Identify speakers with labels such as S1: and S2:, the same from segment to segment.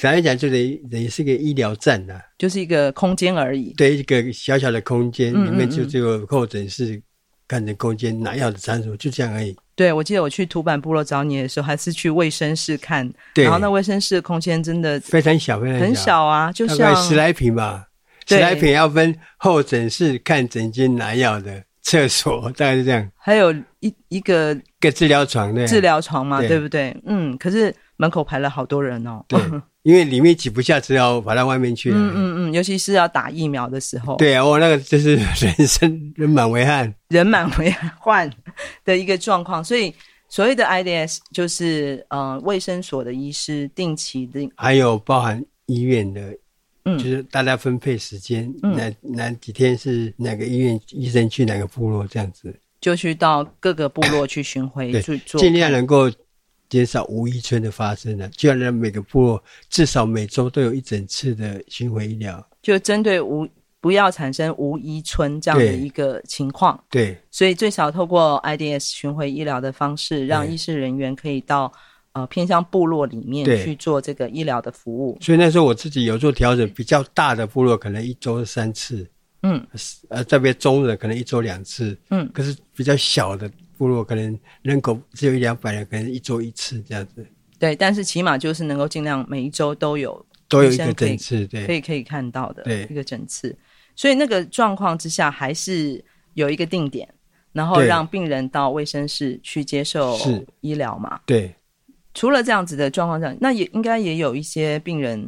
S1: 坦白讲，就等于等于是个医疗站啊呐、
S2: 就是一个空间而已。
S1: 对一个小小的空间
S2: 嗯嗯
S1: 里面就只有候诊室、看诊空间、拿药的场所，就这样而已。
S2: 对，我记得我去土坂部落找你的时候，还是去卫生室看，
S1: 对，
S2: 然后那卫生室的空间真的
S1: 非常小，非常
S2: 很小啊，就
S1: 大概
S2: 像
S1: 十来平吧。
S2: 对
S1: 十来平要分候诊室、看诊间、拿药的厕所， 大概是这样。
S2: 还有一一个
S1: 个治疗床的
S2: 治，疗床嘛，
S1: 对
S2: 对不对？嗯，可是门口排了好多人哦。
S1: 对，因为里面挤不下，只好跑到外面去了。 啊
S2: 嗯嗯嗯，尤其是要打疫苗的时候，
S1: 对啊，我那个就是人生 人满为患。
S2: 人满为患的一个状况，所以所谓的 IDS 就是呃卫生所的医师定期的
S1: 还有包含医院的，
S2: 嗯
S1: 就是大家分配时间，
S2: 嗯
S1: 哪哪几天是哪个医院医生去哪个部落这样子，
S2: 就去到各个部落去巡回
S1: 对
S2: 去做，
S1: 尽量能够减少无医村的发生了、就要让每个部落至少每周都有一整次的巡回医疗。
S2: 就针对无不要产生无医村这样的
S1: 对
S2: 一个情况。
S1: 对
S2: 所以最少透过 IDS 巡回医疗的方式，让
S1: 对
S2: 医师人员可以到呃偏向部落里面
S1: 对
S2: 去做这个医疗的服务。
S1: 所以那时候我自己有做调整，比较大的部落可能一周三次，
S2: 嗯
S1: 呃，特别中的可能一周两次，
S2: 嗯
S1: 可是比较小的部落可能人口只有一两百人，可能一周一次这样子，
S2: 对，但是起码就是能够尽量每一周都有
S1: 都有
S2: 医
S1: 一
S2: 生
S1: 个
S2: 可以
S1: 整次，
S2: 可
S1: 对
S2: 以可以看到的
S1: 对
S2: 一个诊次。所以那个状况之下，还是有一个定点，然后
S1: 对
S2: 让病人到卫生室去接受
S1: 是
S2: 医疗嘛。
S1: 对。
S2: 除了这样子的状况下，那也应该也有一些病人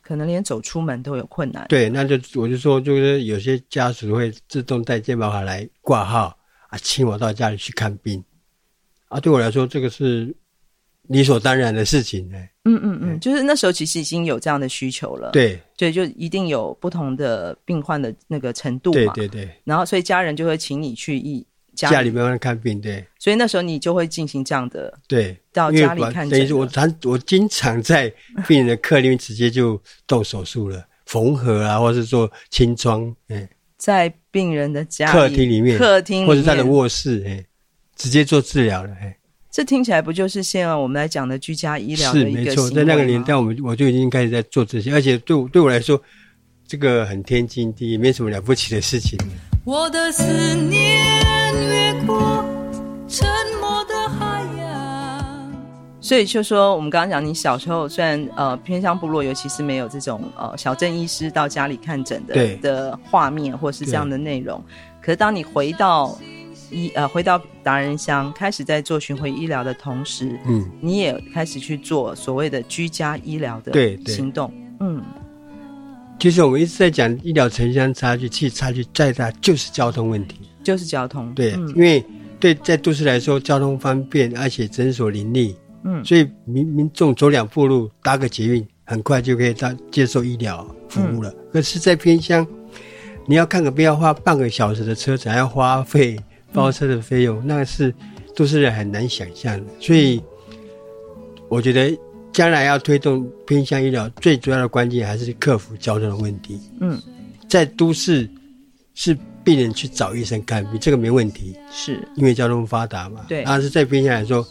S2: 可能连走出门都有困难。
S1: 对，那就我就说，就是有些家属会自动带健保卡来挂号啊，请我到家里去看病啊。对我来说，这个是理所当然的事情哎呢、
S2: 嗯嗯嗯，就是那时候其实已经有这样的需求了。
S1: 对
S2: 对，就一定有不同的病患的那个程度嘛。
S1: 对对对，
S2: 然后，所以家人就会请你去医家
S1: 家里慢慢看病，对
S2: 所以那时候你就会进行这样的
S1: 对。
S2: 到
S1: 因为
S2: 家里
S1: 把
S2: 看
S1: 等于
S2: 诊
S1: 是我
S2: 了。
S1: 常我经常在病人的课里面直接就动手术了，缝合啊，或是做清创，哎、
S2: 在病人的家
S1: 客厅里面
S2: 客厅里
S1: 或者他的
S2: 面
S1: 卧室，哎、直接做治疗了，哎、
S2: 这听起来不就是现在我们来讲的居家医疗
S1: 是
S2: 的一
S1: 没
S2: 个
S1: 错，
S2: 行
S1: 在那
S2: 为
S1: 个年
S2: 吗
S1: 代，我们我就已经开始在做这些，而且对我对我来说，这个很天经地义，没什么了不起的事情。
S3: 我的思念越过沉默的海洋。
S2: 所以就说，我们刚刚讲，你小时候虽然呃偏乡部落，尤其是没有这种呃小镇医师到家里看诊的
S1: 对
S2: 的画面或是这样的内容，可是当你回到医呃回到达人乡，开始在做巡回医疗的同时，
S1: 嗯，
S2: 你也开始去做所谓的居家医疗的
S1: 对对
S2: 行动，嗯，
S1: 其实我们一直在讲医疗城乡差距，其实差距再大就是交通问题。
S2: 就是交通，
S1: 对，
S2: 嗯
S1: 因为对在都市来说，交通方便，而且诊所林立，
S2: 嗯
S1: 所以民民众走两步路搭个捷运，很快就可以到接受医疗服务
S2: 嗯
S1: 了。可是，在偏乡，你要看个病要花半个小时的车程，还要花费包车的费用，那是都市人很难想象的。所以，我觉得将来要推动偏乡医疗，最主要的关键还是克服交通的问题。
S2: 嗯，
S1: 在都市是病人去找医生看病，这个没问题。
S2: 是
S1: 因为交通发达嘛。
S2: 对
S1: 但是在边下来说，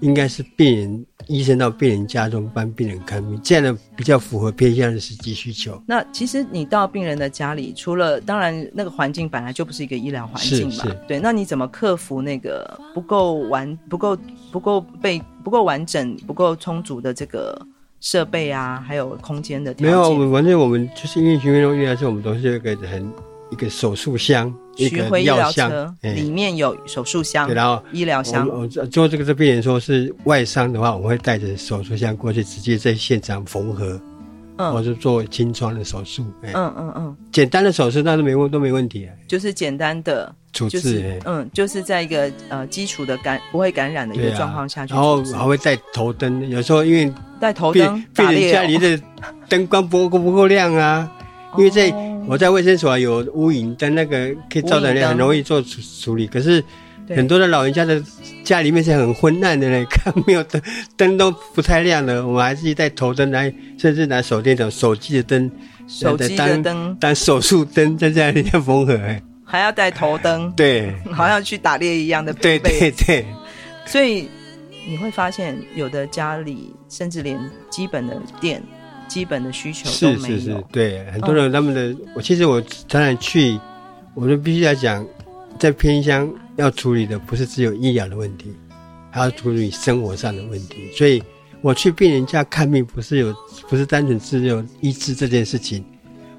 S1: 应该是病人医生到病人家中帮病人看病，这样的比较符合偏向的实际需求。
S2: 那其实你到病人的家里，除了当然那个环境本来就不是一个医疗环境嘛
S1: 是是，
S2: 对，那你怎么克服那个不够完、不够、不够被、不够完整、不够充足的这个设备啊，还有空间的条
S1: 没
S2: 件。
S1: 有，我们反正我们就是因为巡回中心来说，我们都是有一个很一个手术箱，一
S2: 巡
S1: 个
S2: 回医疗
S1: 箱
S2: 车，
S1: 哎
S2: 里面有手术箱
S1: 对，、然后
S2: 医疗
S1: 我
S2: 箱
S1: 们。我们做这个这病人说是外伤的话，我们会带着手术箱过去，直接在现场缝合，或
S2: 嗯
S1: 者做清创的手术。哎，
S2: 嗯嗯嗯，
S1: 简单的手术那都没问都没问题啊，
S2: 就是简单的，
S1: 处
S2: 就
S1: 置。
S2: 是
S1: 哎
S2: 嗯，就是在一个呃基础的感不会感染的一
S1: 对
S2: 个
S1: 啊
S2: 状况下去
S1: 然后
S2: 处置。
S1: 还会带头灯，有时候因为
S2: 带头灯
S1: 病
S2: 打
S1: 病人
S2: 猎
S1: 家
S2: 哦
S1: 里的灯光不够不够亮啊，因为在我在卫生所啊有无影灯，那个可以照
S2: 无
S1: 的
S2: 影灯
S1: 人很容易做处处理。可是
S2: 对
S1: 很多的老人家的家里面是很昏暗的嘞， 看没有灯，灯都不太亮的。我们还是带头灯来，甚至拿手电筒、手机的灯、
S2: 手机的
S1: 当
S2: 灯
S1: 当手术灯在家里面缝合、哎
S2: 还要带头灯，
S1: 对，
S2: 好像去打猎一样的
S1: 对
S2: 配备。
S1: 对对，
S2: 所以你会发现，有的家里甚至连基本的电、基本的需求都
S1: 是
S2: 没有。嗯
S1: 是是，对，很多人他们的，我其实我常常去，我就必须要讲，在偏乡要处理的不是只有医疗的问题，还要处理生活上的问题。所以我去病人家看病，不是有不是单纯只有医治这件事情，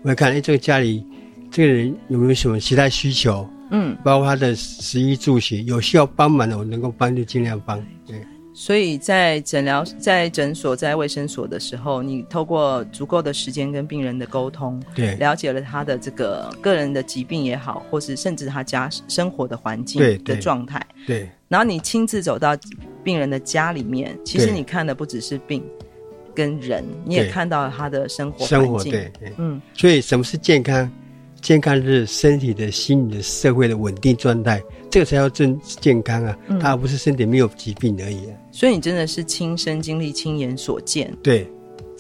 S1: 我会看哎这个家里这个人有没有什么其他需求，
S2: 嗯，
S1: 包括他的食衣住行，有需要帮忙的，我能够帮就尽量帮。对，
S2: 所以在诊疗、在诊所、在卫生所的时候，你透过足够的时间跟病人的沟通，
S1: 对
S2: 了解了他的这个个人的疾病也好，或是甚至他家生活的环境
S1: 对
S2: 的
S1: 对
S2: 状态，
S1: 对
S2: 然后你亲自走到病人的家里面，其实
S1: 对
S2: 你看的不只是病跟人，你也
S1: 对
S2: 看到了他的生活
S1: 生活
S2: 环境。
S1: 对。对
S2: 嗯，
S1: 所以，什么是健康？健康是身体的、心理的、社会的稳定状态，这个才叫真健康啊！
S2: 嗯
S1: 它而不是身体没有疾病而已、啊。
S2: 所以你真的是亲身经历、亲眼所见，
S1: 对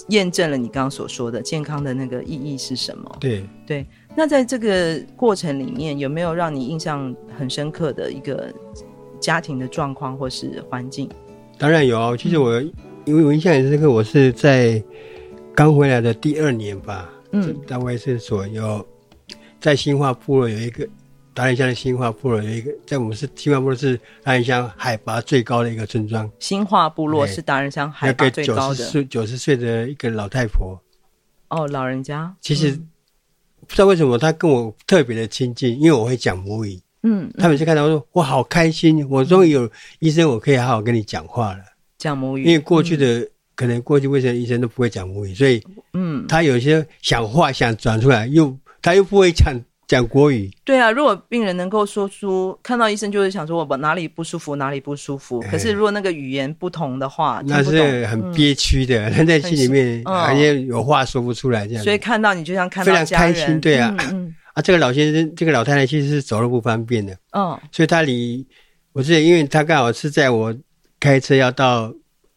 S2: 验证了你刚刚所说的健康的那个意义是什么。
S1: 对，
S2: 对，那在这个过程里面，有没有让你印象很深刻的一个家庭的状况或是环境？
S1: 当然有啊。其实
S2: 嗯
S1: 我因为我印象很深刻，我是在刚回来的第二年吧，
S2: 嗯，
S1: 在卫生所有在新化部落有一个达人乡的新化部落有一个，在我们是新化部落是达人乡海拔最高的一个村庄，
S2: 新化部落
S1: 对
S2: 是达人乡海
S1: 哎那
S2: 拔
S1: 个
S2: 最
S1: 九
S2: 高
S1: 十
S2: 的
S1: 岁九十岁的一个老太婆，
S2: 哦，老人家。
S1: 其实不知道为什么他跟我特别的亲近，因为我会讲母语，
S2: 嗯，嗯
S1: 他每次看到我说我好开心，我终于有医生，我可以好好跟你讲话了。
S2: 讲母
S1: 因为
S2: 语，
S1: 过去的、可能过去为什么医生都不会讲母语，所以
S2: 嗯，
S1: 他有些想话想转出来，又他又不会讲讲国语，
S2: 对啊，如果病人能够说出，看到医生就会想说我哪里不舒服，哪里不舒服。可是
S1: 哎
S2: 如果那个语言不同的话，啊听
S1: 那
S2: 不懂。嗯
S1: 是很憋屈的，他在心里面
S2: 很是
S1: 好像有话说不出来这样。
S2: 嗯所以看到你就像看
S1: 非
S2: 到
S1: 常
S2: 家
S1: 开
S2: 人，
S1: 心，对啊，
S2: 嗯
S1: 啊，这个老先生，这个老太太其实是走路不方便的，
S2: 嗯
S1: 所以他离我记得，因为他刚好是在我开车要到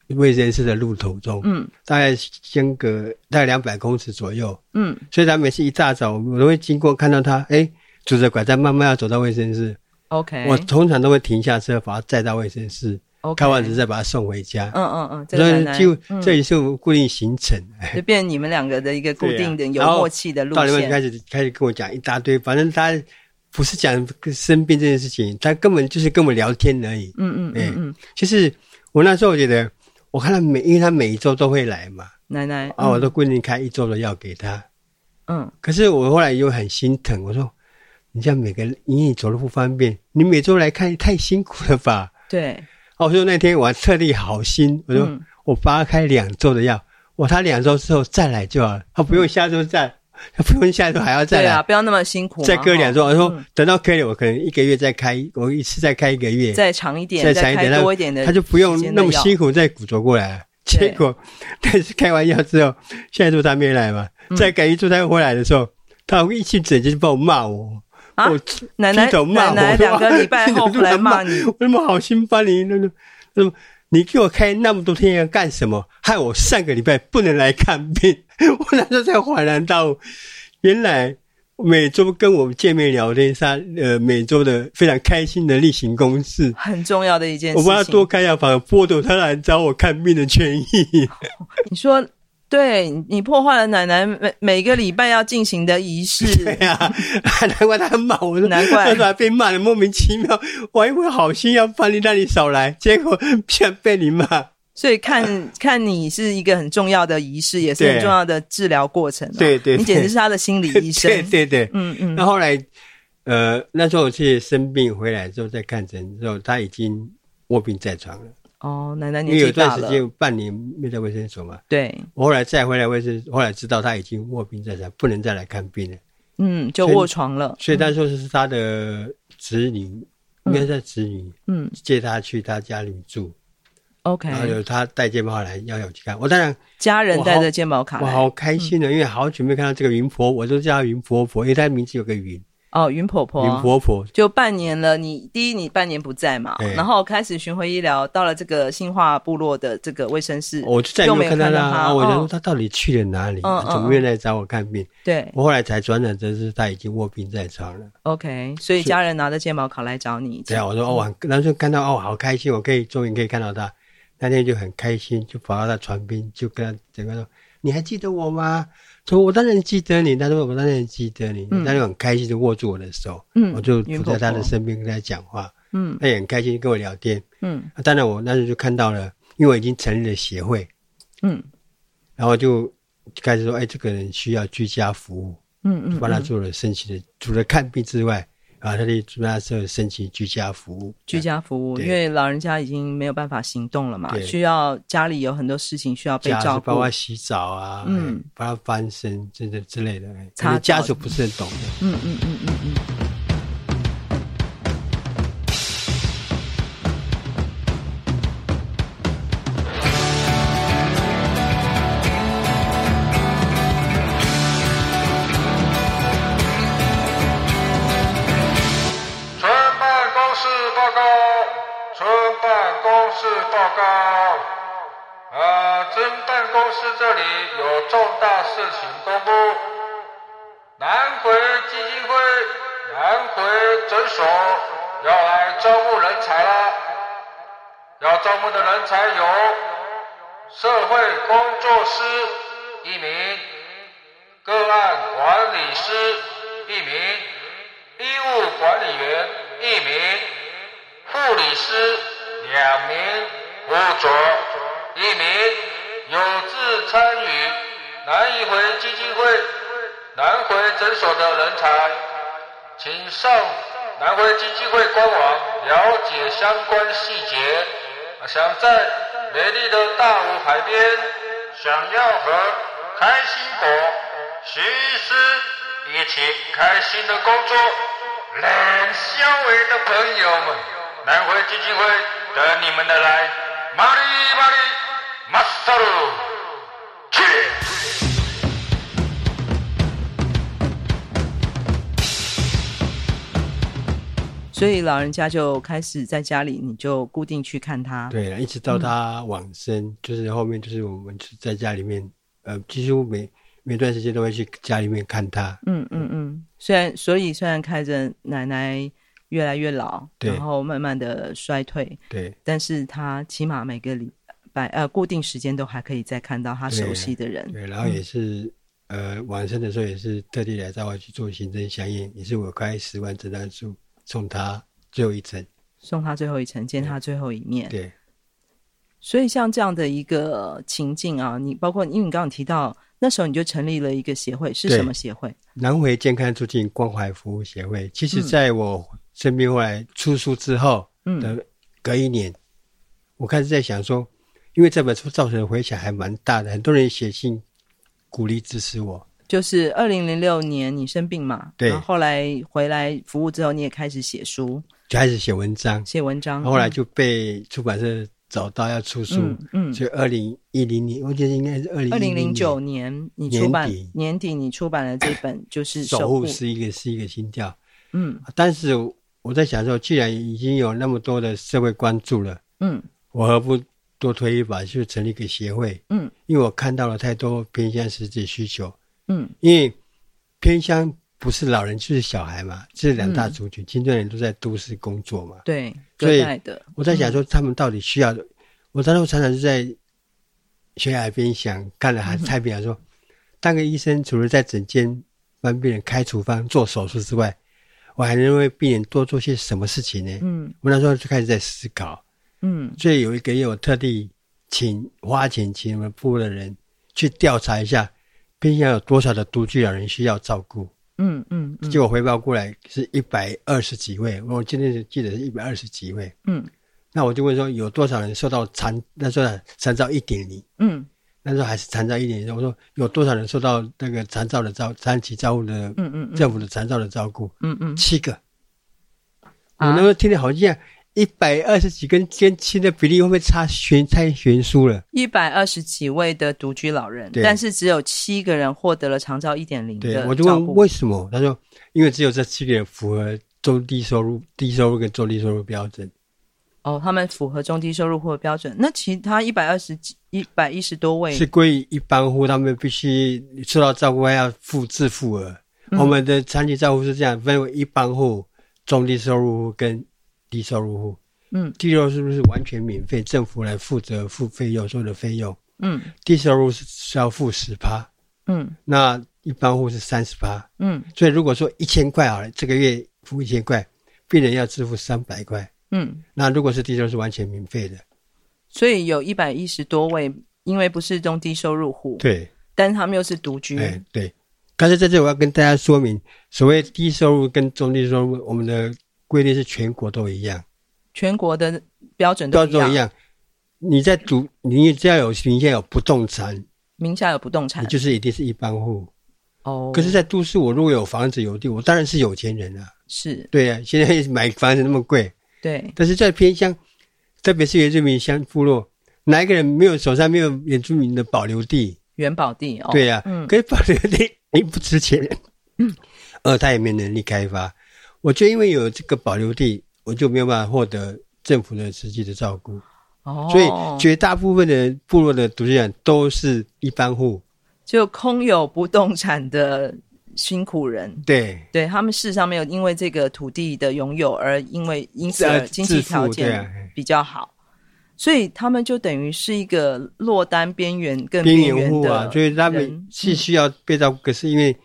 S1: 卫生室的路途中，
S2: 嗯
S1: 大概间隔大概两百公尺左右，
S2: 嗯，
S1: 所以他每次一大早我都会经过，看到他，哎，拄着拐杖慢慢要走到卫生室，
S2: ，OK，
S1: 我通常都会停下车把他载到卫生室，
S2: 我
S1: 看完之后，再把他送回家。
S2: 嗯嗯嗯，这
S1: 所
S2: 个奶
S1: 以
S2: 奶
S1: 就
S2: 嗯
S1: 这也是我固定行程，哎
S2: 就变你们两个的一个固定的、
S1: 对啊
S2: 有
S1: 然后
S2: 默契的路
S1: 到那边
S2: 线。
S1: 开始开始跟我讲一大堆，反正他不是讲生病这件事情，他根本就是跟我聊天而已。
S2: 嗯嗯嗯嗯，
S1: 其实我那时候我觉得，我看他每，因为他每一周都会来嘛，
S2: 奶奶
S1: 啊，我都固定开一周的药给他。
S2: 嗯
S1: 可是我后来又很心疼，我说，你这样每个因为你走路不方便，你每周来看也太辛苦了吧？
S2: 对，
S1: 哦、我说那天我还特地好心，我说、
S2: 嗯
S1: 我帮他开两周的药，哇，他两周之后再来就好了，他不用下周再，他不用下周还要再
S2: 对
S1: 来。
S2: 啊，不要那么辛苦嘛，
S1: 再隔两周，
S2: 哈
S1: 我说
S2: 嗯
S1: 等到可以了，我可能一个月再开，我一次再开一个月，
S2: 再长一点，
S1: 哎再长
S2: 再
S1: 一
S2: 开
S1: 点，
S2: 多一点的，
S1: 他就不用那么辛
S2: 苦。
S1: 苦再鼓捣过来。
S2: 对嗯
S1: 结果，但是开完药之后，下一周他没来嘛，再改一周他回来的时候，他一进诊间就把我骂我，
S2: 啊
S1: 我
S2: 奶奶
S1: 劈头骂
S2: 奶奶
S1: 我说
S2: 两个礼拜后
S1: 你
S2: 来
S1: 怎么
S2: 骂你，
S1: 我那么好心帮你，那那那么你给我开那么多天药干什么？害我上个礼拜不能来看病， 我那时候才恍然大悟，原来每周跟我们见面聊天，是他呃每周的非常开心的例行公事。
S2: 很重要的一件
S1: 我
S2: 事
S1: 帮他
S2: 情
S1: 多。开药，反而剥夺他来找我看病的权益。
S2: 你说，对你破坏了奶奶每每个礼拜要进行的仪
S1: 对
S2: 式，
S1: 呀、难怪他骂我，
S2: 难怪
S1: 他说被骂的莫名其妙。我还以为好心要帮你，让你少来，结果竟然被你骂。
S2: 所以看看你是一个很重要的仪式，也是很
S1: 对
S2: 重要的治疗过程、哦。
S1: 对对
S2: 你简直是他的心理医生。
S1: 对对对，
S2: 嗯嗯
S1: 那后来，呃，那时候我去生病回来之后再看诊之后，他已经卧病在床了，
S2: 哦，奶奶
S1: 因
S2: 年
S1: 为有
S2: 纪
S1: 一段
S2: 大
S1: 时
S2: 了，
S1: 间半年没在卫生所嘛。
S2: 对，
S1: 我后来再回来卫生，后来知道他已经卧病在床，不能再来看病了。
S2: 嗯，就
S1: 所以
S2: 卧床了。
S1: 所以那时候是他的子女，应该是子女
S2: 嗯
S1: 接他去他家里住，
S2: ，OK，
S1: 然后有他带健保来要我去看。我当然
S2: 家人
S1: 我
S2: 带
S1: 好
S2: 着健保卡
S1: 我
S2: 来
S1: 好开心
S2: 嗯
S1: 的，因为好久没看到这个云婆，我都叫她云婆婆，因为她名字有个云，
S2: 哦，云婆婆，
S1: 云婆婆。
S2: 就半年了，你第一你半年不在嘛，
S1: 对
S2: 然后开始巡回医疗，到了这个新化部落的这个卫生室，
S1: 我就再也
S2: 又
S1: 没
S2: 没
S1: 有
S2: 有
S1: 看到
S2: 看
S1: 她，
S2: 到
S1: 啊
S2: 她，
S1: 我想说
S2: 哦，
S1: 她到底去了哪里？
S2: 嗯嗯
S1: 怎么没有来找我看病？
S2: 对
S1: 我后来才转转得知，她已经卧病在床了。
S2: ，OK，所以家人拿着健保卡来找你，
S1: 对啊，我说哦，我很那时候看到哦，好开心，我可以终于可以看到她。那天就很开心，就跑到她床边，就跟她整个说：“你还记得我吗？”说：“我当然记得你。”她说：“我当然记得你。
S2: 嗯
S1: 她就很开心的握住我的手，
S2: 嗯
S1: 我就
S2: 云
S1: 伏
S2: 婆
S1: 在她
S2: 婆
S1: 的身边跟她讲话，
S2: 嗯
S1: 她也很开心跟我聊天。
S2: 嗯
S1: 啊当然，我那时候就看到了，因为我已经成立了协会，
S2: 嗯
S1: 然后就开始说，哎，这个人需要居家服务，
S2: 嗯嗯，
S1: 帮他
S2: 嗯
S1: 做了申请的，除了看病之外，啊，他就帮他做申请居家服务。
S2: 居家服务，
S1: 对
S2: 因为老人家已经没有办法行动了嘛，
S1: 对
S2: 需要家里有很多事情需要被
S1: 家
S2: 照
S1: 是包
S2: 顾
S1: 括，洗澡啊，
S2: 嗯
S1: 嗯，帮他翻身，真的之类的，哎
S2: 擦
S1: 可能家
S2: 澡
S1: 属不是很懂的。
S2: 嗯嗯嗯嗯嗯。
S4: 村办公室报告，村办公室报告。呃，村办公室这里有重大事情公布。南回基金会、南回诊所要来招募人才啦。要招募的人才有社会工作师一名，个案管理师一名，医务管理员一名，护理师两名，辅佐一名，有志参与南一回基金会南回诊所的人才，请上南回基金会官网了解相关细节。想在美丽的大武海边，想要和开心果、徐医师一起开心的工作，冷消维的朋友们，南回基金会等你们的来，马里马里马萨鲁，去！
S2: 所以老人家就开始在家里，你就固定去看他。
S1: 对了，一直
S2: 嗯
S1: 到他往生，就是后面就是我们是在家里面，呃，几乎每每段时间都会去家里面看他。
S2: 嗯嗯嗯，虽然所以虽然看着奶奶越来越老，
S1: 对
S2: 然后慢慢的衰退，
S1: 对，
S2: 但是她起码每个礼拜呃固定时间都还可以再看到她熟悉的人。
S1: 对，然后也是、呃，晚生的时候也是特地来找我去做行政相验，也是我开十万诊断书送他最后一程。
S2: 送她最后一程，见她最后一面。
S1: 对，
S2: 所以像这样的一个情境啊，你包括因为你刚刚提到那时候你就成立了一个协会，是
S1: 对
S2: 什么协会？
S1: 南回健康促进关怀服务协会，其实在我生病后来出书之后
S2: 嗯
S1: 的隔一年，我开始在想说，因为这本书造成的回响还蛮大的，很多人写信鼓励支持我。
S2: 就是二零零六年你生病嘛，
S1: 对
S2: 然后后来回来服务之后，你也开始写书、
S1: 就开始写文章，
S2: 写文章，
S1: 后来就被出版社找到要出书，
S2: 嗯嗯
S1: 所以二零一零年，我觉得应该是二零
S2: 二零零
S1: 零
S2: 九年你出版
S1: 年底
S2: 年底你出版了这本就是
S1: 守
S2: 护
S1: 护，是一个是一个心跳。
S2: 嗯
S1: 但是我在想说，既然已经有那么多的社会关注了，
S2: 嗯
S1: 我何不多推一把，就成立一个协会？
S2: 嗯，
S1: 因为我看到了太多偏向实际需求，
S2: 嗯
S1: 因为偏向不是老人就是小孩嘛，这两大族群，青壮年都在都市工作嘛。
S2: 对，
S1: 所
S2: 隔
S1: 以
S2: 代的，
S1: 我在想说，他们到底需要的？我常常常常就在悬崖边想，看了还
S2: 嗯
S1: 太平洋啊说，当个医生除了在诊间帮病人开处方、做手术之外，我还能为病人多做些什么事情呢？
S2: 嗯
S1: 我那时候就开始在思考，
S2: 嗯
S1: 所以有一个月我特地请花钱请我们部落的人去调查一下，偏乡有多少的独居老人需要照顾。
S2: 嗯嗯嗯
S1: 结果回报过来是一百二十几位，我今天记得是一百二十几位。
S2: 嗯
S1: 那我就问说，有多少人受到残？那时候残照一点零，
S2: 嗯
S1: 那时候还是残障一点零。我说有多少人受到那个残障的照残疾照顾的
S2: 嗯嗯嗯
S1: 政府的残障的照顾？
S2: 嗯嗯，
S1: 七个。我
S2: 啊
S1: 那时候听得好像一百二十几跟跟七的比例会不会差悬太悬殊了？
S2: 一百二十几位的独居老人，
S1: 对
S2: 但是只有七个人获得了长照一点零
S1: 对
S2: 的，
S1: 我就
S2: 照
S1: 问
S2: 顾。
S1: 为什么？他说因为只有这七个人符合中低收入、低收入跟中低收入标准。
S2: 哦，他们符合中低收入户的标准，那其他一百二十几、一百一十多位
S1: 是归于一般户，他们必须受到照顾，还要付自付额。
S2: 嗯
S1: 我们的残疾照护是这样分为一般户、中低收入户跟低收入户。
S2: 嗯，
S1: 低收入是不是完全免费？政府来负责付费用，所有的费用。
S2: 嗯
S1: 低收入是是要付十趴，
S2: 嗯
S1: 那一般户是三十趴。
S2: 嗯
S1: 所以如果说一千块好了，这个月付一千块，病人要支付三百块。
S2: 嗯，
S1: 那如果是低收入是完全免费的。
S2: 所以有一百一十多位，因为不是中低收入户，
S1: 对，
S2: 但是他们又是独居，
S1: 哎，对。但是在这我要跟大家说明，所谓低收入跟中低收入，我们的规定是全国都一样，
S2: 全国的标准都
S1: 都
S2: 一样，
S1: 一样。你在独，你只要有名下有不动产，
S2: 名下有不动产
S1: 你，就是一定是一般户。
S2: 哦，
S1: 可是，在都市，我如果有房子有地，我当然是有钱人啊。
S2: 是
S1: 对啊，现在买房子那么贵，
S2: 对，
S1: 但是在偏乡，特别是原住民乡部落，哪一个人没有手上没有原住民的保留地？
S2: 元宝地哦，
S1: 对呀、
S2: 嗯
S1: 可是保留地你不值钱，二他也没能力开发。我就因为有这个保留地，我就没有办法获得政府的实际的照顾，
S2: 哦，
S1: 所以绝大部分的部落的独居人都是一般户。
S2: 就空有不动产的辛苦人，
S1: 对，
S2: 对他们事实上没有因为这个土地的拥有而因为因此而
S1: 呃
S2: 经济
S1: 致富
S2: 条
S1: 对啊
S2: 件
S1: 哎
S2: 比较好，所以他们就等于是一个落单边缘更
S1: 边
S2: 缘
S1: 缘户啊
S2: 的，
S1: 所以他
S2: 人
S1: 们是需要被照顾，可是因为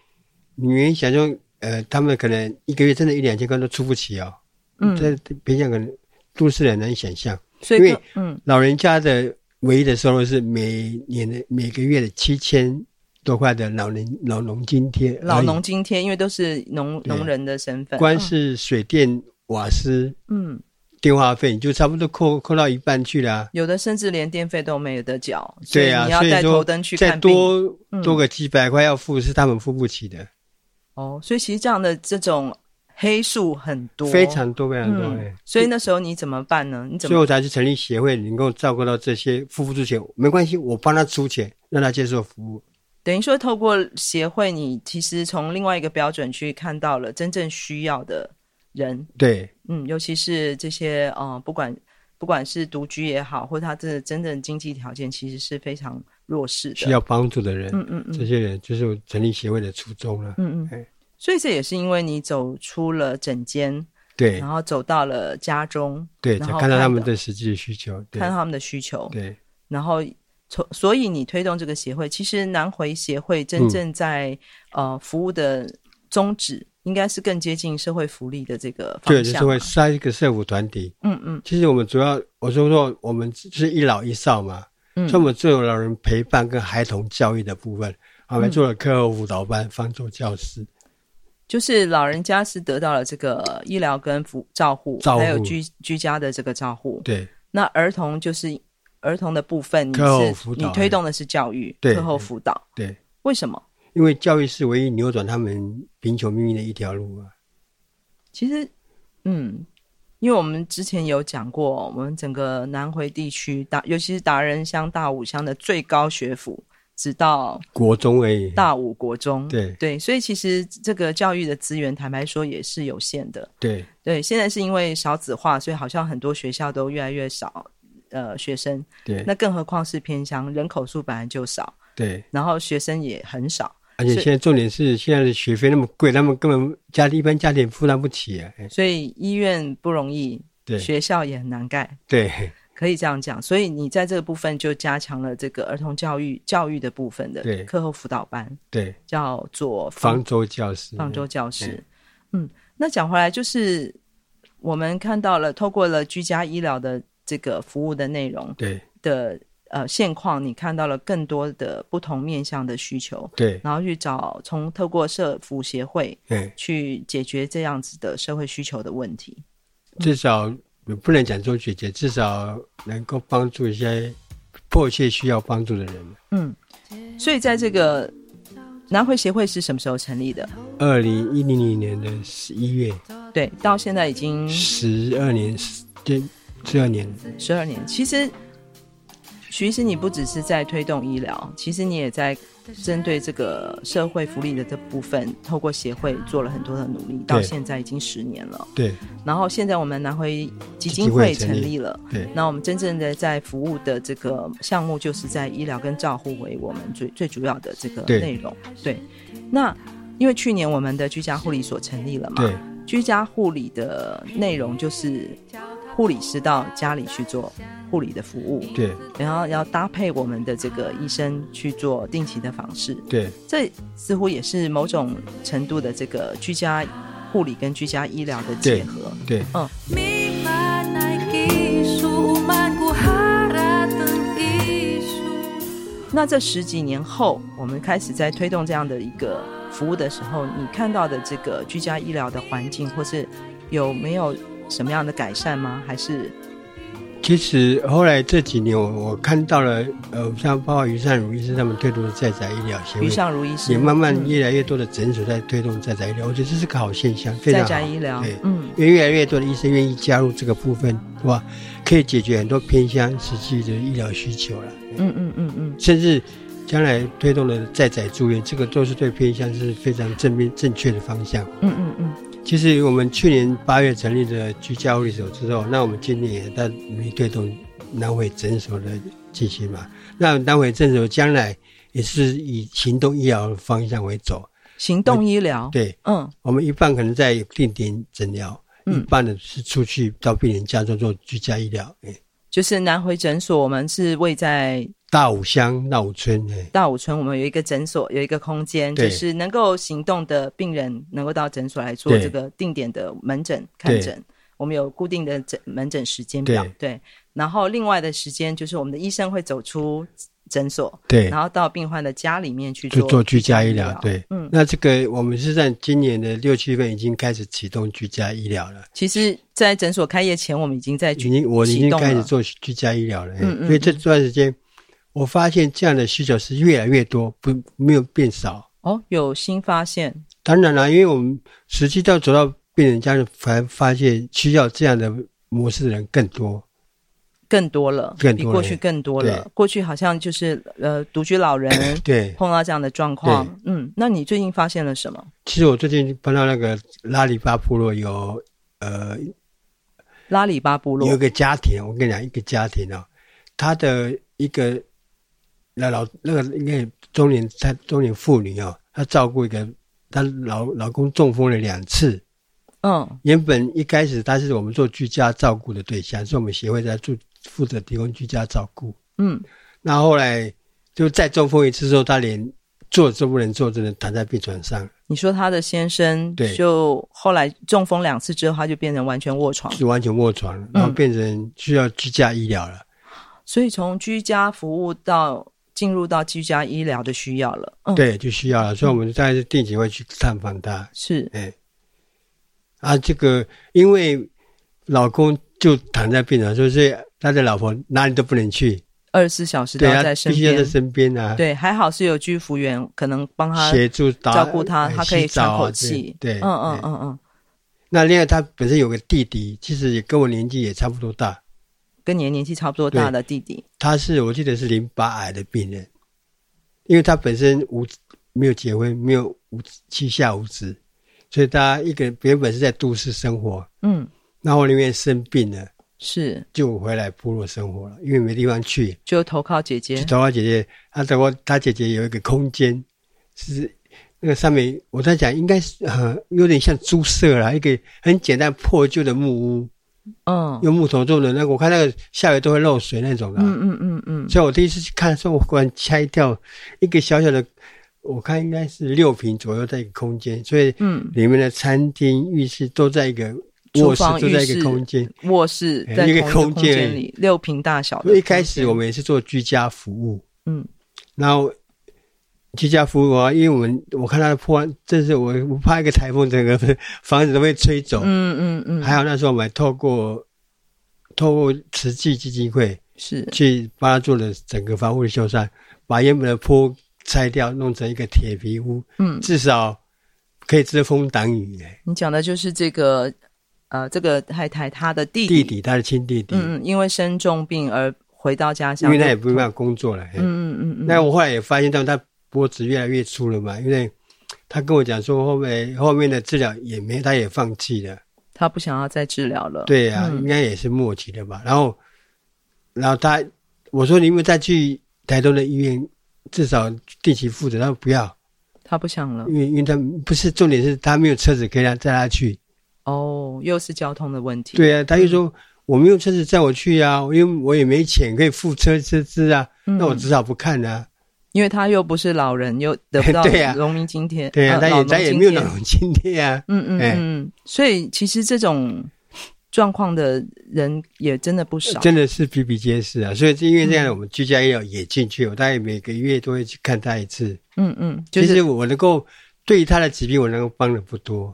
S1: 你原想象，呃，他们可能一个月真的一两千块都出不起哦。
S2: 嗯
S1: 在偏向可能都市人难以想象，
S2: 所以
S1: 因为
S2: 更嗯
S1: 老人家的唯一的收入是每年的每个月的七千多块的老人老农津贴而已，
S2: 老农嗯津贴，因为都是农
S1: 对
S2: 农人的身份，
S1: 光是水电、瓦斯、
S2: 嗯，
S1: 电话费，你就差不多扣扣到一半去了啊、
S2: 有的甚至连电费都没有得缴，所以
S1: 对啊
S2: 你，要
S1: 所以
S2: 带头
S1: 说
S2: 灯去
S1: 再
S2: 看病
S1: 多
S2: 嗯
S1: 多个几百块要付是他们付不起的，
S2: 哦，所以其实这样的这种黑数很多，
S1: 非常多非常多。
S2: 嗯
S1: 哎，
S2: 所以那时候你怎么办呢？你怎
S1: 所以
S2: 么
S1: 我才去成立协会，能够照顾到这些付不出钱，没关系，我帮他出钱，让他接受服务。
S2: 等于说透过协会，你其实从另外一个标准去看到了真正需要的人，
S1: 对，
S2: 嗯，尤其是这些呃，不管不管是独居也好，或者他这真正经济条件其实是非常弱势的，
S1: 需要帮助的人，
S2: 嗯嗯
S1: 这
S2: 嗯
S1: 些人就是我成立协会的初衷了。
S2: 嗯嗯
S1: 哎，
S2: 所以这也是因为你走出了整间，
S1: 对
S2: 然后走到了家中，
S1: 对，
S2: 然
S1: 才
S2: 后
S1: 看到他们
S2: 看
S1: 的实际的需求。对
S2: 看到他们的需求，
S1: 对
S2: 然后从所以你推动这个协会，其实南回协会
S1: 嗯
S2: 真正在、呃服务的宗旨，应该是更接近社会福利的这个方
S1: 对，
S2: 向。啊
S1: 就是会，三一个社服团体。
S2: 嗯嗯
S1: 其实我们主要，我说说我们是一老一少嘛，
S2: 嗯
S1: 所以我们做有老人陪伴跟孩童教育的部分，我们
S2: 嗯
S1: 做了课后辅导班、方舟教室。
S2: 就是老人家是得到了这个医疗跟服照护，
S1: 照护
S2: 还有居居家的这个照护。
S1: 对
S2: 那儿童就是儿童的部分，你
S1: 课后
S2: 是
S1: 辅导
S2: 你推动的是教育，
S1: 对
S2: 课后辅导，
S1: 对，
S2: 为什么？
S1: 因为教育是唯一扭转他们贫穷命运的一条路啊。
S2: 其实，嗯，因为我们之前有讲过，我们整个南回地区达，尤其是达人乡、大武乡的最高学府，直到
S1: 国中而已。
S2: 大武国中。
S1: 对
S2: 对，所以其实这个教育的资源，坦白说也是有限的。
S1: 对
S2: 对，现在是因为少子化，所以好像很多学校都越来越少呃学生，
S1: 对
S2: 那更何况是偏乡，人口数本来就少，
S1: 对，
S2: 然后学生也很少。
S1: 而且
S2: 所以
S1: 现在重点是现在的学费那么贵，他们根本家里一般家庭负担不起啊。哎
S2: 所以医院不容易，
S1: 对
S2: 学校也很难盖，
S1: 对
S2: 可以这样讲，所以你在这个部分就加强了这个儿童教育教育的部分的
S1: 对
S2: 课后辅导班，
S1: 对，
S2: 叫做方
S1: 方舟教室，
S2: 方舟教室
S1: 对。
S2: 嗯，那讲回来，就是我们看到了透过了居家医疗的这个服务的内容
S1: 对
S2: 的呃现况，你看到了更多的不同面向的需求，
S1: 对，
S2: 然后去找从透过社服协会
S1: 哎，
S2: 去解决这样子的社会需求的问题。
S1: 至少不能讲说解决，至少能够帮助一些迫切需要帮助的人。
S2: 嗯，所以在这个南回协会是什么时候成立的？
S1: 二零一零零年的十一月，
S2: 对，到现在已经
S1: 十二年，对，十二年，
S2: 十二年。其实，徐医师，你不只是在推动医疗，其实你也在针对这个社会福利的这部分，透过协会做了很多的努力，到现在已经十年了。
S1: 对
S2: 然后现在我们南回基
S1: 基金
S2: 金
S1: 会
S2: 会
S1: 成
S2: 成
S1: 立
S2: 立了。
S1: 对
S2: 那我们真正的在服务的这个项目，就是在医疗跟照护为我们最最主要的这个
S1: 对
S2: 内容。对，那因为去年我们的居家护理所成立了嘛，
S1: 对，
S2: 居家护理的内容就是护理师到家里去做护理的服务，
S1: 对
S2: 然后要搭配我们的这个医生去做定期的访视，
S1: 对
S2: 这似乎也是某种程度的这个居家护理跟居家医疗的结合。
S1: 对，
S3: Mi naik isu umanku harateng isu
S2: 那这十几年后，我们开始在推动这样的一个服务的时候，你看到的这个居家医疗的环境，或是有没有什么样的改善吗？还是
S1: 其实后来这几年我，我看到了，呃，像包括于善如医生他们推动的在宅医疗协会
S2: 于，尚如医师
S1: 也慢慢
S2: 嗯
S1: 越来越多的诊所在推动在宅医疗，我觉得这是个好现象，非常
S2: 在
S1: 好
S2: 家医疗
S1: 对，
S2: 嗯，
S1: 因为越来越多的医生愿意加入这个部分，哇，可以解决很多偏乡实际的医疗需求了，
S2: 嗯嗯嗯嗯，
S1: 甚至将来推动的在宅住院，这个都是对偏乡是非常正面正确的方向。
S2: 嗯嗯嗯，
S1: 其实我们去年八月成立的居家护理所之后，那我们今年也在努力推动南回诊所的进行嘛。那南回诊所将来也是以行动医疗的方向为走，
S2: 行动医疗，
S1: 对
S2: 嗯
S1: 我们一半可能在定点诊疗，
S2: 嗯
S1: 一半呢是出去到病人家中做居家医疗。哎
S2: 就是南回诊所，我们是位在
S1: 大武乡、大武村，哎，
S2: 大武村，我们有一个诊所，有一个空间，
S1: 对
S2: 就是能够行动的病人能够到诊所来做
S1: 对
S2: 这个定点的门诊看诊。我们有固定的诊门诊时间表，对然后另外的时间就是我们的医生会走出诊所，
S1: 对，
S2: 然后到病患的家里面去
S1: 就
S2: 做
S1: 做居家医疗。对，
S2: 嗯，
S1: 那这个我们是在今年的六七月份已经开始启动居家医疗了。
S2: 其实，在诊所开业前，我们已经在
S1: 已经我已
S2: 启
S1: 经
S2: 动
S1: 开始
S2: 了
S1: 做居家医疗了，
S2: 嗯
S1: 嗯
S2: 嗯
S1: 所以这段时间我发现这样的需求是越来越多，不没有变少。
S2: 哦，有新发现，
S1: 当然啦，因为我们实际到走到病人家里，才发现需要这样的模式的人更多。
S2: 更多了，
S1: 更
S2: 比
S1: 多
S2: 过
S1: 了
S2: 去更多了
S1: 对。
S2: 过去好像就是呃，独居老人
S1: 对，
S2: 碰到这样的状况。嗯，那你最近发现了什么？
S1: 其实我最近碰到那个拉里巴部落有呃
S2: 拉里巴部落
S1: 有一个家庭，我跟你讲，一个家庭哦，他的一个那老那个应该中年她中年妇女哦，她照顾一个她老老公中风了两次，
S2: 嗯
S1: 原本一开始他是我们做居家照顾的对象，是我们协会在做负责提供居家照顾。
S2: 嗯，
S1: 那后来就再中风一次之后，他连坐都不能坐，只能躺在病床上，
S2: 你说他的先生
S1: 对
S2: 就后来中风两次之后，他就变成完全卧床，
S1: 就完全卧床
S2: 嗯
S1: 了，然后变成需要居家医疗了。
S2: 所以从居家服务到进入到居家医疗的需要了。嗯，，
S1: 对，就需要了，所以我们大概是定期会去探访他。
S2: 是
S1: 哎，啊，这个因为老公就躺在病床，所以他的老婆哪里都不能去，
S2: 二十四小时都
S1: 对
S2: 要
S1: 啊
S2: 在，身
S1: 必须要在
S2: 边。
S1: 身边啊。
S2: 对，还好是有居服员可能帮他
S1: 协助打
S2: 照顾他，
S1: 哎
S2: 他可以
S1: 洗澡
S2: 喘
S1: 啊
S2: 口
S1: 之类
S2: 气。
S1: 对，
S2: 嗯嗯
S1: 哎
S2: 嗯嗯，
S1: 那另外，他本身有个弟弟，其实也跟我年纪也差不多大。
S2: 跟你的年纪差不多大的弟弟，
S1: 他是我记得是淋巴癌的病人，因为他本身无没有结婚，没有无膝下无子，所以他一个原本是在都市生活，
S2: 嗯，
S1: 然后因为生病了，
S2: 是
S1: 就回来部落生活了，因为没地方去。
S2: 就投靠姐姐，
S1: 桃花姐姐，她桃花她姐姐有一个空间，是那个上面我在讲，应该是呃有点像猪舍啦，一个很简单破旧的木屋，
S2: 嗯
S1: 用木头做的那个，我看那个下雨都会漏水那种的、啊
S2: 嗯嗯嗯嗯，
S1: 所以我第一次去看的时候，我忽然吓一跳，一个小小的，我看应该是六平左右的一个空间，所以
S2: 嗯
S1: 里面的餐厅、浴室都在一个
S2: 厨
S1: 卧室
S2: 房、
S1: 都
S2: 浴
S1: 在一
S2: 室
S1: 个空间。
S2: 卧室
S1: 哎
S2: 嗯在
S1: 一个
S2: 同一
S1: 空
S2: 空
S1: 间
S2: 间里，六平大小的
S1: 所
S2: 空
S1: 以一
S2: 间。
S1: 开始我们也是做居家服务，
S2: 嗯，
S1: 然后居家服务啊，因为我们我看它的破案，这是我我怕一个台风，整个房子都被吹走。
S2: 嗯嗯嗯，
S1: 还好那时候我们还透过透过慈济基金会
S2: 是
S1: 去帮他做了整个房屋的修缮，把原本的坡屋拆掉，弄成一个铁皮屋，
S2: 嗯，
S1: 至少可以遮风挡雨。哎
S2: 你讲的就是这个呃，这个太太她的弟
S1: 弟弟，他的亲弟弟，
S2: 嗯嗯，因为生重病而回到家乡，
S1: 因为他也没办法工作了。哎
S2: 嗯嗯嗯嗯，
S1: 那我后来也发现到他脖子越来越粗了嘛，因为他跟我讲说后面后面的治疗也没，他也放弃了。
S2: 她不想要再治疗了，，
S1: 对啊，
S2: 嗯
S1: 应该也是末期了吧。然后，然后他我说你有没有再去台东的医院，至少定期复诊？他说不要，
S2: 她不想了
S1: 因，为因为他不是重点是他没有车子可以让载他去。
S2: 哦，又是交通的问题，，
S1: 对啊，他就
S2: 嗯
S1: 说我没有车子载我去啊，因为我也没钱可以付车车资啊，
S2: 嗯
S1: 那我只好不看啊。
S2: 因为她又不是老人，又得不到
S1: 对啊
S2: 农民津贴，
S1: 对啊，
S2: 呃
S1: 他
S2: 老
S1: 也
S2: 农
S1: 他也
S2: 津
S1: 没有
S2: 贴
S1: 那种津贴啊。
S2: 嗯嗯
S1: 哎
S2: 嗯，所以其实这种状况的人也真的不 少，
S1: 呃
S2: 嗯
S1: 真的是比比皆是啊！所以因为这样，我们居家医疗也进去，我大概每个月都会去看他一次。
S2: 嗯嗯，就
S1: 其
S2: 是
S1: 实我能够对于他的疾病，我能够帮的不多，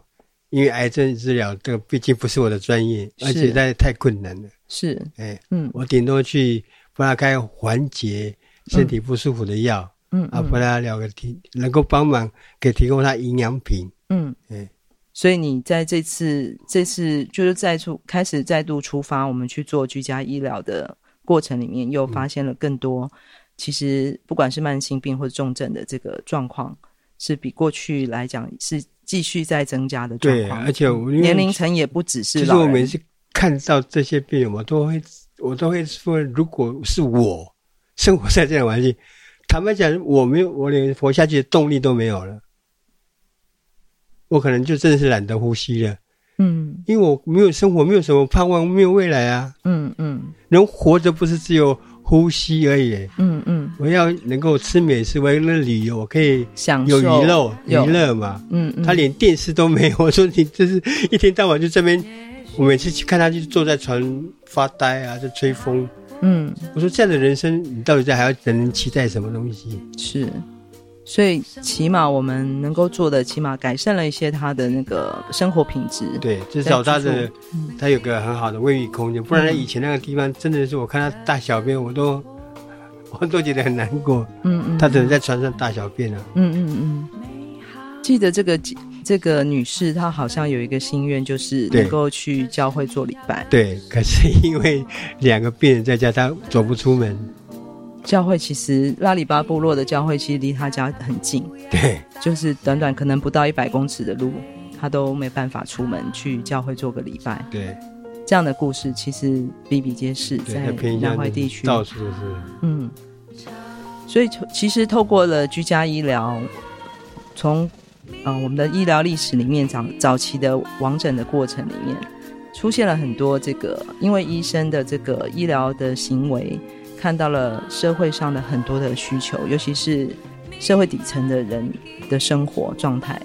S1: 因为癌症治疗这个毕竟不是我的专业，
S2: 是
S1: 而且它也太困难了。
S2: 是，
S1: 哎，
S2: 嗯
S1: 我顶多去帮他开缓解身体不舒服的药，
S2: 嗯
S1: 啊，帮他聊个提，能够帮忙给提供他营养品。
S2: 嗯
S1: 哎
S2: 所以你在这次这次就是再出开始再度出发，我们去做居家医疗的过程里面，
S1: 嗯
S2: 又发现了更多，其实不管是慢性病或者重症的这个状况，是比过去来讲是继续在增加的状
S1: 对，
S2: 况，
S1: 啊而且我因
S2: 嗯
S1: 为
S2: 年龄层也不只是
S1: 其实
S2: 老
S1: 我
S2: 人，
S1: 每次看到这些病人，我都会我都会说，如果是我生活在这样的环境，坦白讲，我没有，我连活下去的动力都没有了。我可能就真的是懒得呼吸了，
S2: 嗯
S1: 因为我没有生活，没有什么盼望，没有未来啊！
S2: 嗯嗯
S1: 人活着不是只有呼吸而已，
S2: 嗯嗯，
S1: 我要能够吃美食，为了旅游，我可以
S2: 享受
S1: 有娱乐，娱
S2: 有
S1: 乐嘛。
S2: 嗯嗯，
S1: 他连电视都没有。 我说你这是一天到晚就这边，我每次去看他就坐在船发呆啊，就吹风。
S2: 嗯。
S1: 我说这样的人生，你到底在还要人能期待什么东西？
S2: 是，所以起码我们能够做的，起码改善了一些他的那个生活品质。，
S1: 对，至少他
S2: 对
S1: 的他有个很好的卫浴空间，不然他以前那个地方真的是我看他大小便，我都 我都觉得很难过。
S2: 嗯嗯，
S1: 他只能在船上大小便啊。
S2: 嗯嗯嗯，记得这个这个女士，她好像有一个心愿，就是
S1: 对
S2: 能够去教会做礼拜。
S1: 对，可是因为两个病人在家，他走不出门。
S2: 教会其实拉里巴部落的教会其实离她家很近，
S1: 对，
S2: 就是短短可能不到一百公尺的路，她都没办法出门去教会做个礼拜。
S1: 对，
S2: 这样的故事其实比比皆是，
S1: 对，
S2: 在
S1: 在偏
S2: 南
S1: 乡
S2: 怀地区
S1: 到处都是。
S2: 嗯，所以就其实透过了居家医疗，从呃我们的医疗历史里面早早期的网诊的过程里面，出现了很多这个因为医生的这个医疗的行为，看到了社会上的很多的需求，尤其是社会底层的人的生活状态。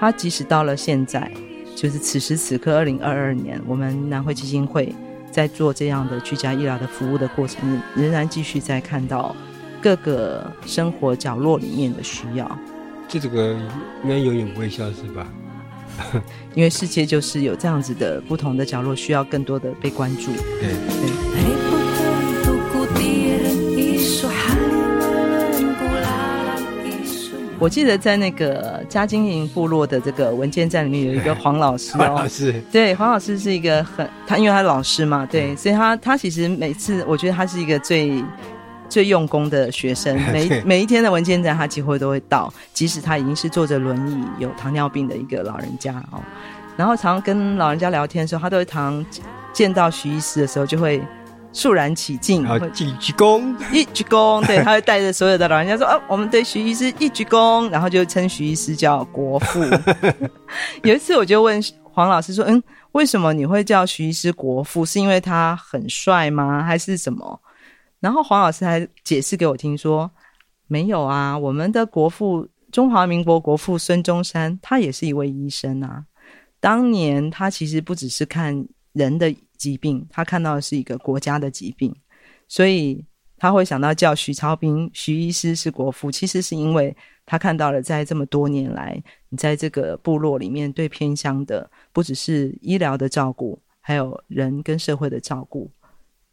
S2: 他即使到了现在，就是此时此刻，二零二二年，我们南汇基金会在做这样的居家医疗的服务的过程，仍然继续在看到各个生活角落里面的需要，
S1: 这这个应该永远不会消失吧？
S2: 因为世界就是有这样子的不同的角落，需要更多的被关注。
S1: 对。
S3: Ay, pupunto ko tiran iso haliman gulang iso
S2: 我记得在那个嘉金营部落的这个文件站里面有一个黄老师哦
S1: 老，师，
S2: 对，黄老师是一个很他，因为他是老师嘛，对，所以他他其实每次我觉得他是一个最最用功的学生，每
S1: 对
S2: 每一天的文件站他几乎都会到，即使他已经是坐着轮椅有糖尿病的一个老人家哦，然后常跟老人家聊天的时候，他都会常见到徐医师的时候就会肃然起敬，
S1: 然后
S2: 嗯会
S1: 鞠鞠躬，
S2: 一鞠躬，对，他会带着所有的老人家说：“啊， 我们对徐医师一鞠躬。”然后就称徐医师叫国父。 有一次我就问黄老师说：“嗯，为什么你会叫徐医师国父？是因为他很帅吗？还是什么？”然后黄老师还解释给我听说：“没有啊，我们的国父，中华民国国父孙中山，他也是一位医生啊。”当年他其实不只是看人的疾病，他看到的是一个国家的疾病，所以他会想到叫徐超斌、徐医师是国父，其实是因为他看到了在这么多年来，你在这个部落里面对偏乡的不只是医疗的照顾，还有人跟社会的照顾，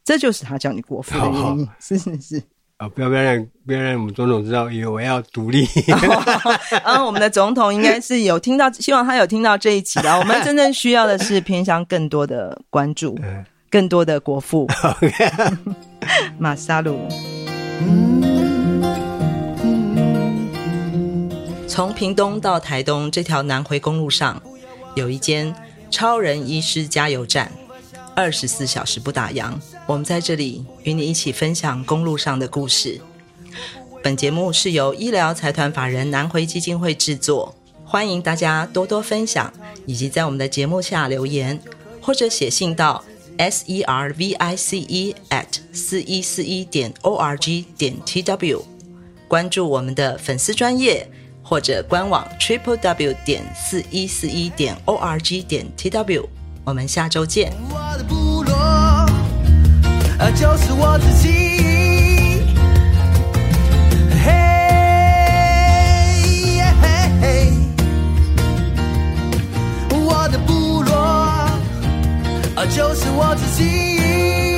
S2: 这就是他叫你国父的原因。 是是是。
S1: 啊，不要不要让不要让我们总统知道，以为我要独立。
S2: 然嗯后我们的总统应该是有听到，希望他有听到这一集啦。我们真正需要的是偏向更多的关注，更多的国父 马萨鲁。从屏东到台东这条南回公路上，有一间超人医师加油站，二十四小时不打烊。我们在这里与你一起分享公路上的故事。本节目是由医疗财团法人南回基金会制作，欢迎大家多多分享，以及在我们的节目下留言，或者写信到 s e r v i c e at 四一四一点 o r g 点 t w，关注我们的粉丝专业或者官网 triple w 点四一四一点 o r g 点 t w，我们下周见。
S5: 我的部落，啊，就是我自己。嘿，耶嘿嘿，我的部落，啊，就是我自己。